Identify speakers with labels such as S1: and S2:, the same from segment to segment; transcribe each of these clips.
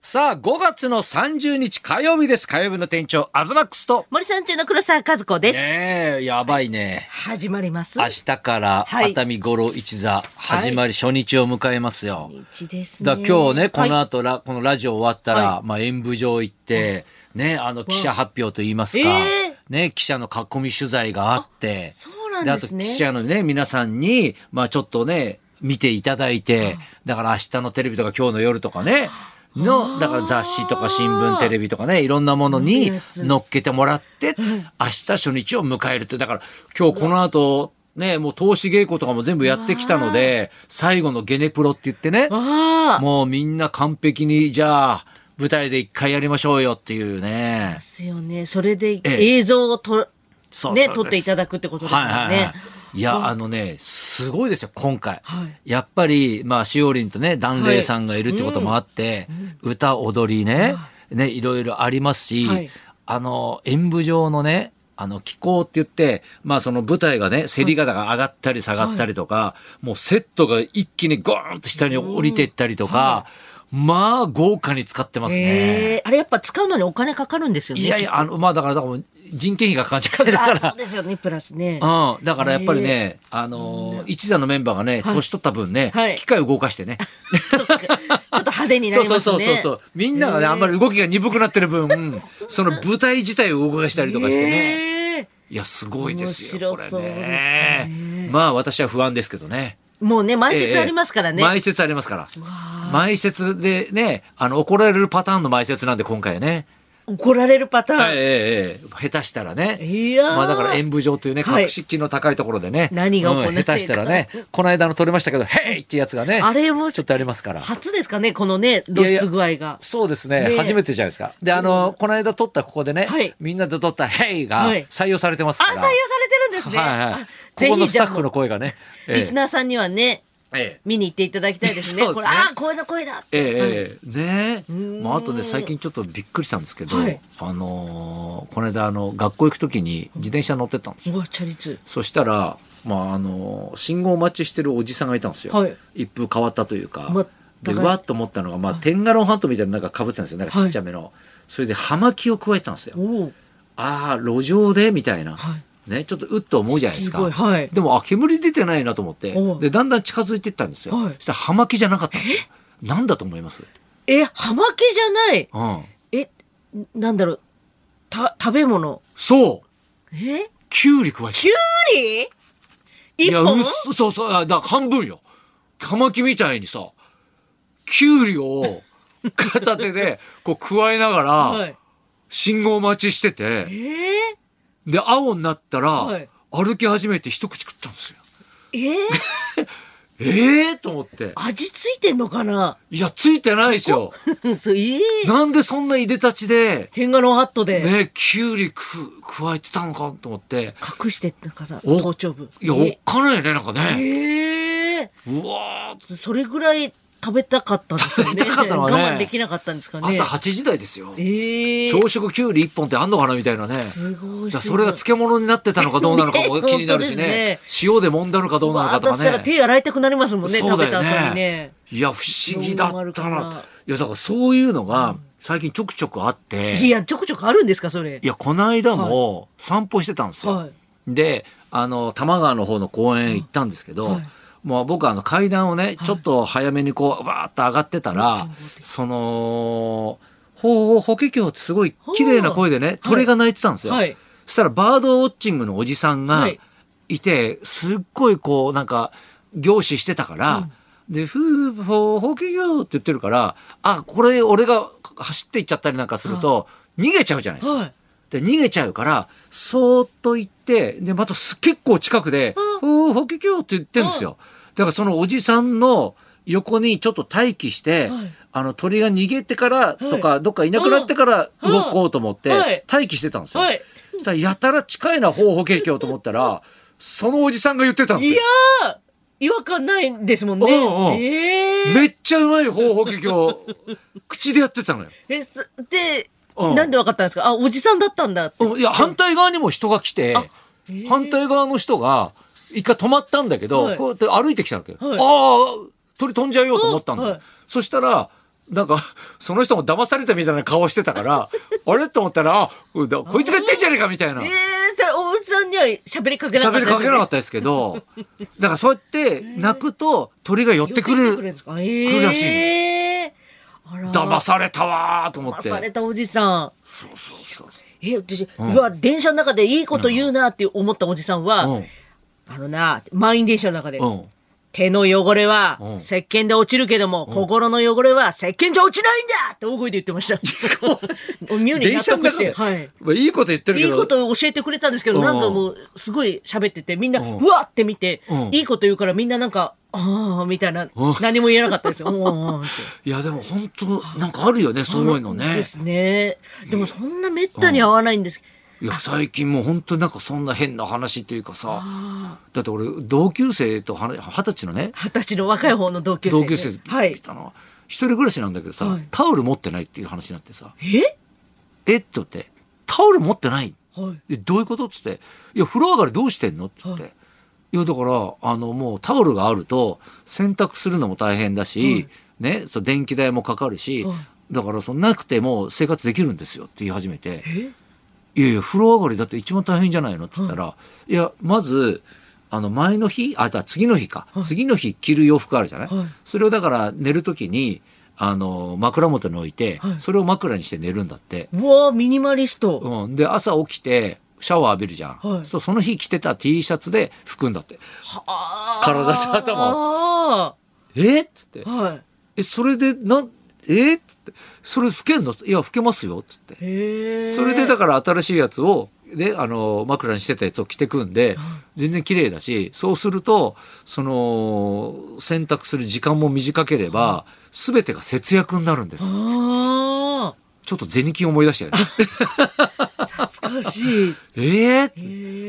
S1: さあ、5月の30日火曜日です。火曜日の店長、アズマックスと。
S2: 森さん中の黒沢和子です。
S1: ねえ、やばいね。
S2: 始まります。
S1: 明日から
S2: はい
S1: 熱海五郎一座、始まり初日を迎えますよ。
S2: 日です
S1: だ
S2: ね。
S1: から今日ね、この
S2: はい
S1: 後、らこのラジオ終わったら、まあ演舞場行って、ね、あの記者発表といいますか、
S2: ええ
S1: ね、記者の囲み取材があって、
S2: そうなんですね
S1: あと記者のね、皆さんに、まあちょっとね、見ていただいて、だから明日のテレビとか今日の夜とかね、の、だから雑誌とか新聞、テレビとかね、いろんなものに
S2: 見るやつ
S1: 乗っけてもらって、明日初日を迎えるって、だから今日この後、ね、もう投資稽古とかも全部やってきたので、最後のゲネプロって言ってね、
S2: ああ、
S1: もうみんな完璧に、じゃあ、舞台で一回やりましょうよっていうね
S2: で。すよね。それで
S1: ええ
S2: 映像をと、
S1: そうそ
S2: ね、
S1: うです
S2: 撮っていただくってことですもんね。
S1: はいはいはい。いや、あのね、すごいですよ、今回。
S2: はい
S1: やっぱり、まあ、しおりんとね、檀れいさんがいるってこともあって、歌、踊りね、ね、いろいろありますし、
S2: はい
S1: あの、演舞場のね、あの、気候って言って、まあ、その舞台がね、競り方が上がったり下がったりとか、もうセットが一気にゴーンと下に降りていったりとか、まあ、豪華に使ってますね。
S2: ええあれやっぱ使うのにお金かかるんですよね。
S1: いやいや、あの、まあだから、だから人件費がかかっちゃうから、
S2: あ
S1: だ
S2: そう
S1: か
S2: ですよね、プラスね。
S1: ら、うん、だからやっぱりね、あのー、一座のメンバーがね、年取った分ね
S2: は、い
S1: 機械を動かしてね。
S2: そっかちょっと派手にな
S1: そう
S2: り
S1: そ
S2: ま
S1: う
S2: す
S1: そ
S2: ね。
S1: うそうそう。みんながね、あんまり動きが鈍くなってる分、うんその舞台自体を動かしたりとかしてね。
S2: ええ
S1: いや、すごいですよ、こ
S2: 面白
S1: れ
S2: そうですよ
S1: ね
S2: ね。
S1: まあ私は不安ですけどね。
S2: もうね、毎
S1: ええ
S2: 節ありますからね。
S1: ええ埋設ありますから。埋設でね、あの、怒られるパターンの埋設なんで、今回ね。
S2: 怒られるパターン。
S1: はい、ええええ、下手したらね。
S2: いやー
S1: まあだから演舞場というね、
S2: はい
S1: 格式の高いところでね。
S2: 何が起こる
S1: うん下手したらね、この間の撮れましたけど、ヘイってやつがね。
S2: あれも
S1: ちょっとありますから。
S2: 初ですかね、このね、露出具合が。
S1: そうですね
S2: ね
S1: 初めてじゃないですか。で、あの、この間撮ったここでね、
S2: はい
S1: みんなで撮ったヘイが
S2: はい
S1: 採用されてます
S2: あ、
S1: か
S2: 採
S1: ら。
S2: 用されてるんですね。
S1: はいはい
S2: あ。
S1: ここのスタッフ
S2: もう
S1: の声がね。ええ
S2: リスナーさんにはね、
S1: ええ
S2: 見に行っていただきたいですね。
S1: そうで
S2: こ
S1: す
S2: れ、
S1: ね
S2: ああ、声の声だって。
S1: ええええねえ、まあ、あとね最近ちょっとびっくりしたんですけど、
S2: はい
S1: あのーこの間あの学校行く時に自転車乗ってったんですよ
S2: うわ、チャリ通。
S1: そしたら、まあ、あの信号待ちしてるおじさんがいたんですよ、
S2: はい
S1: 一風変わったというか、
S2: ま
S1: で
S2: だか
S1: う
S2: ら
S1: わっと思ったのが、まあ、テンガロンハットみたいななんかかぶってたんですよなんかちっちゃめの、それで葉巻を加えてたんですよ
S2: おお。
S1: ああ路上でみたいな、
S2: は
S1: ね、ちょっとうっと思うじゃないですか
S2: すごいはい
S1: でもあ煙出てないなと思って
S2: おう
S1: でだんだん近づいてったんですよ、
S2: はい
S1: そしたら葉巻じゃなかったんですよなんだと思います、
S2: え、葉巻じゃない。
S1: うん、
S2: え、なんだろう。た、食べ物。
S1: そう
S2: え
S1: キュウリ加えてた
S2: キュウリ
S1: い
S2: 一
S1: や、
S2: 本
S1: うっそ、そうそう、あだから半分よ。カマキみたいにさ、キュウリを片手で、こう、加えながら、
S2: はい。
S1: 信号待ちして
S2: え
S1: て、
S2: ー、
S1: で、青になったら、
S2: はい
S1: 歩き始めて一口食ったんですよ。
S2: えー、
S1: ええー、と思って。
S2: 味ついてんのかな
S1: いや、ついてないでしょ。
S2: そうえー、
S1: なんでそんないでたちで、
S2: 天下のハットで、
S1: ね、キュウリく、加えてたのかと思って。
S2: 隠してんのかな
S1: お
S2: 頭頂部。
S1: いや、おっかないよね、なんか
S2: え
S1: ね。
S2: ー、え
S1: うわー、
S2: ー、それぐらい食べたかったんですよね。
S1: 食べたかったのはね
S2: 我慢できなかったんですかね。
S1: 朝8時台ですよ。
S2: えー、
S1: 朝食キュウリ1本ってあんのかなみたいなね。
S2: すごい
S1: だから
S2: す
S1: そ
S2: ごい
S1: れが漬物になってたのかどうなのかも
S2: ね
S1: 気になるしね
S2: 本当です
S1: 塩で揉んだのかどうなのかと
S2: 私
S1: か
S2: したら
S1: ね
S2: 手洗いたくなりますもんね食べた後にね
S1: いや不思議だっ
S2: そうなる
S1: た
S2: か
S1: な
S2: ない
S1: やだからそういうのが最近ちょくちょくあって
S2: いやちょくちょくあるんですかそれ
S1: いやこの間も散歩してたんですよ、
S2: はい
S1: であの多摩川の方の公園行ったんですけど、
S2: はい
S1: もう僕はあの階段をね、ちょっと早めにこうわーっと上がってたらその「ほうほう法華経」ってすごい綺麗な声でね鳥が鳴いてたんですよ。
S2: はい
S1: そしたらバードウォッチングのおじさんが
S2: はい
S1: いて、すっごいこうなんか凝視してたから、で「ふうほう法華経」って言ってるからあこれ俺が走っていっちゃったりなんかすると、逃げちゃうじゃないですか。
S2: はい
S1: で、逃げちゃうから、そーっと行って、で、またす結構近くで、おー、法華経って言ってんですよ。だからそのおじさんの横にちょっと待機して、
S2: はい
S1: あの鳥が逃げてからとか、
S2: は
S1: どっかいなくなってから
S2: うん
S1: 動こうと思って、
S2: はい
S1: 待機してたんですよ。
S2: はい
S1: そしたらやたら近いな、法法華経と思ったら、 そのおじさんが言ってたんで
S2: い
S1: す
S2: や
S1: よ。
S2: ー違和感ないですもんね
S1: うんうん
S2: えー
S1: めっちゃうまい法法華経、口でやってたのよ。
S2: えすで
S1: うん
S2: なんでわかったんですかあおじさんだったんだって
S1: うんいや、反対側にも人が来て、
S2: ー
S1: 反対側の人が、一回止まったんだけど、
S2: はい
S1: こうやって歩いてきたわけよ。
S2: はい
S1: ああ、鳥飛んじゃうよと思ったんだよ。
S2: はい
S1: そしたら、なんか、その人も騙されたみたいな顔してた から、あれと思ったら、あ、うだこいつが言ってんじゃねえかみたいな
S2: ええ。それ、大内さんには喋りかけなかった
S1: 喋
S2: で
S1: り
S2: すよね。
S1: かけなかったですけ ど、だからそうやって泣くと鳥が寄ってく
S2: 寄ってくるん
S1: る
S2: で。すか。ええ
S1: 来るらしい
S2: あら。
S1: 騙されたわーと思っ
S2: 騙
S1: て。
S2: されたおじさん。え、私、うわ、電車の中でいいこと言うなって思ったおじさんは、
S1: うん
S2: あのな、満員電車の中で、
S1: うん。
S2: 手の汚れは、
S1: うん
S2: 石鹸で落ちるけども、心の汚れは石鹸じゃ落ちないんだって大声で言って ました。妙に納
S1: 電車の
S2: 得
S1: 中
S2: して、
S1: で、
S2: はい。
S1: い、いこと言ってる
S2: い
S1: け
S2: い
S1: ど、
S2: ことを教えてくれたんですけど、
S1: うん
S2: なんかもう、すごい喋ってて、みんな、
S1: ん
S2: うわって見て
S1: うん、
S2: いいこと言うからみんななんか、ああ、みたいな
S1: うん、
S2: 何も言えなかったですよ。うんうんうんって
S1: いやでも本当なん かあるよねそういうの
S2: で
S1: ね。
S2: すね。でもそんなめったに会わないんです。
S1: いや最近もう本当なんかそんな変な話っていうかさだって俺同級生と話二十歳のね
S2: 二十歳の若い方の同級生
S1: 同
S2: で。
S1: 級生
S2: は
S1: 来
S2: い。
S1: たの、一人暮らしなんだけどさ、
S2: はい
S1: タオル持ってないっていう話になってさ
S2: え
S1: 「えっ?」とって「タオル持ってない?」
S2: はい。
S1: でどういうこと?」っつって「いや風呂上がりどうしてんの?」って言って。
S2: はい
S1: やだからあのもうタオルがあると洗濯するのも大変だし、ね、そう電気代もかかるし、
S2: はい
S1: だからそのなくても生活できるんですよって言い始めて、
S2: え
S1: いやいや風呂上がりだって一番大変じゃないのって言ったら、いやまずあの前の日あだから次の日か、次の日着る洋服あるじゃない、
S2: はい
S1: それをだから寝る時にあの枕元に置いて、
S2: はい
S1: それを枕にして寝るんだって、
S2: うわあ、ミニマリスト。
S1: うん、で朝起きてシャワー浴びるじゃん、そう
S2: はい
S1: するとその日着てた T シャツで拭くんだって
S2: はあ。
S1: 体と頭を
S2: あ
S1: 「えっ?」つって
S2: あ。はい。
S1: 「えそれでなんえっ?」つって「それ拭けんの?」いや拭けますよ」っつって
S2: へえ。
S1: それでだから新しいやつを、で、あの、枕にしてたやつを着てくんで、全然綺麗だし、そうすると、その、洗濯する時間も短ければ、すべてが節約になるんです。
S2: あ
S1: ちょっと銭金思い出したよね。
S2: あ。懐かしい。
S1: ええ
S2: へ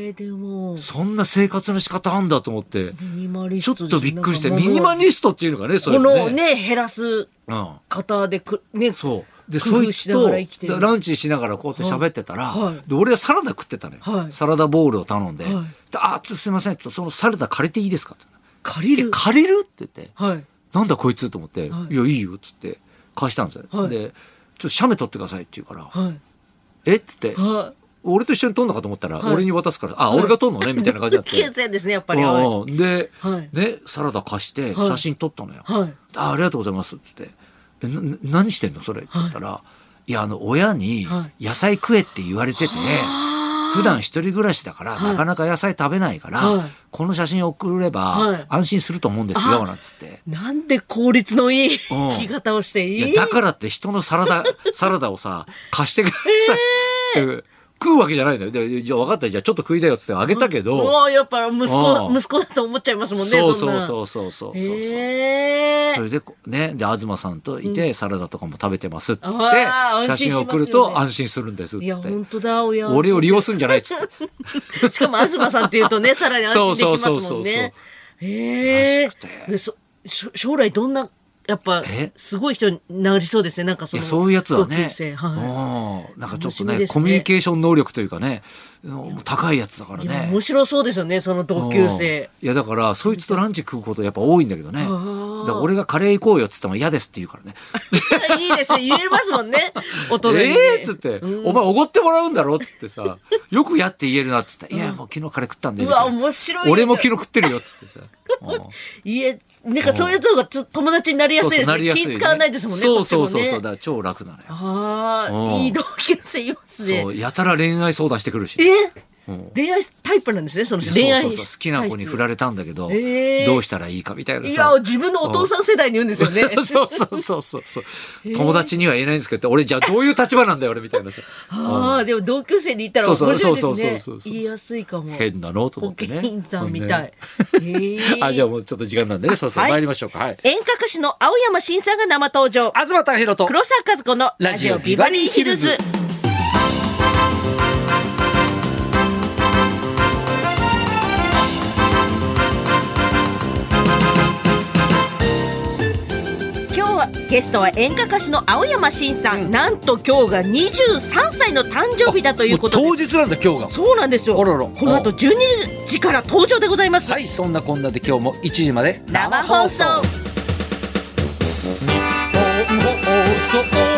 S2: え、でも、
S1: そんな生活の仕方あんだと思って、
S2: ミニマリス
S1: ちょ
S2: ト
S1: っとびっくりして、
S2: なんか
S1: ミ
S2: もう
S1: ニマリストっていうのがね、それ
S2: こ
S1: ね。
S2: のね、減らす
S1: うん。
S2: 方でく、ね、
S1: そう。で、
S2: 工
S1: そ
S2: 夫
S1: いつ
S2: しなが
S1: と
S2: ら生きてる、
S1: ランチしながらこうやって喋ってたら、
S2: はいはい
S1: で俺はサラダ食ってたのよ。
S2: はい
S1: サラダボウルを頼んで、
S2: はい
S1: であ、ちょっとすいません、とそのサラダ借りていいですかって。
S2: 借り
S1: え
S2: る。
S1: 借りるって言って、
S2: はい。
S1: なんだこいつと思って、
S2: はい
S1: い、や、いいよって言って、貸したんですよ。
S2: はい
S1: で、ちょっと写メ撮ってくださいって言うから、
S2: はい。
S1: えって言って、
S2: は
S1: 俺と一緒に撮んのかと思ったら、
S2: はい
S1: 俺に渡すから、あ、俺が撮んのねみたいな感じだっ
S2: い。
S1: て。
S2: 同級生ですね、やっぱり。は
S1: うんうんで、
S2: はい
S1: ね、サラダ貸して、
S2: はい
S1: 写真撮ったのよ。
S2: い。はい
S1: あありがとうございますって言って「えなな何してんのそれ」って言ったら「い、やあの親に
S2: は
S1: 野菜食えって言われてて、普段一人暮らしだから、
S2: はい
S1: なかなか野菜食べないから、
S2: はい
S1: この写真送れば、
S2: はい
S1: 安心すると思うんですよ」なんつって。
S2: なんで効率のいい
S1: うん
S2: 聞き方をしていい
S1: いやだからって人のサラ ダサラダをさ貸してください、って食うわけじゃないんだよでじゃあ分かったじゃあちょっと食いだよっつってあげたけ
S2: う
S1: ど、
S2: わやっぱ息子
S1: うん
S2: 息子だと思っちゃいますもんね
S1: そうそう
S2: う
S1: そうそうそうそうそう、
S2: へえ
S1: それでこねで東さんといて、サラダとかも食べてますって言っ
S2: うわ
S1: て
S2: ー
S1: 写真を送ると安心するんですっ
S2: い
S1: つ
S2: や
S1: って
S2: 本当だ親
S1: 俺を利用するんじゃないっつって
S2: しかも東さんっていうとねさらに安心できます
S1: そうそうそ
S2: もん
S1: うそうそ
S2: ねへえ
S1: らしくて
S2: えそしょ将来どんなやっぱ
S1: え
S2: すごい人になりそうですねなんか
S1: い
S2: そ
S1: や
S2: の
S1: そういうやつは
S2: 同
S1: ね
S2: 級生は
S1: うんなんかちょっと
S2: 楽しみ
S1: ね
S2: ですね
S1: コミュニケーション能力というかねうん高いやつだから
S2: いいや
S1: ね
S2: 面白そうですよねその同級生
S1: うんいやだからそいつとランチ食うことやっぱ多いんだけどねだ
S2: ー
S1: から俺がカレー行こうよっつっても嫌ですって言う からね
S2: いいですよ言えますもんね大人にね
S1: ええっつって、お前おごってもらうんだろっつってさ、よくやって言えるなっつって、いや、もう昨日カレー食ったんで。
S2: う
S1: み
S2: わ
S1: たいな
S2: 面白い
S1: 俺も昨日食ってるよっつってさ。うん
S2: いえ、なんかそういうやつの方がちょ友達になりやすいですね。気使わないですもんね。
S1: そうそうそうそう、
S2: こっち
S1: だ
S2: もね、
S1: から超楽なのよ。
S2: ああ、
S1: うん
S2: いい同級生いますね
S1: そ。うやたら恋愛相談してくるし。う
S2: え、
S1: ん
S2: 恋愛タイプなんですね、その恋愛
S1: そうそうそう好きな子に振られたんだけど、
S2: えー
S1: どうしたらいいかみたいないさ
S2: や、自分のお父さん世代に言うんですよね。
S1: そうそうそうそうそう、友達には言えないんですけど俺じゃあどういう立場なんだよ俺みたい なさ
S2: ああ、でも同級生に言ったら
S1: そ
S2: 面
S1: うそう
S2: 白いです
S1: そうそう
S2: ね
S1: そう。そう
S2: 言いやすいかも。
S1: 変なのと思ってね
S2: 保険さんみたい。え え
S1: あじゃあもうちょっと時間なんでねそうそう、
S2: はい
S1: 参りましょうかはい
S2: 演歌歌手の青山新さんが生登場。
S1: 東隆弘と
S2: 黒沢和子のラジオビバリーヒルズ。今日はゲストは演歌歌手の青山新さん、なんと今日が23歳の誕生日だということで
S1: もう当日なんだ今日が
S2: そうなんですよ
S1: あらら
S2: この後12時から登場でございます、
S1: はいそんなこんなで今日も1時まで
S2: 生放送
S1: 日本放そこ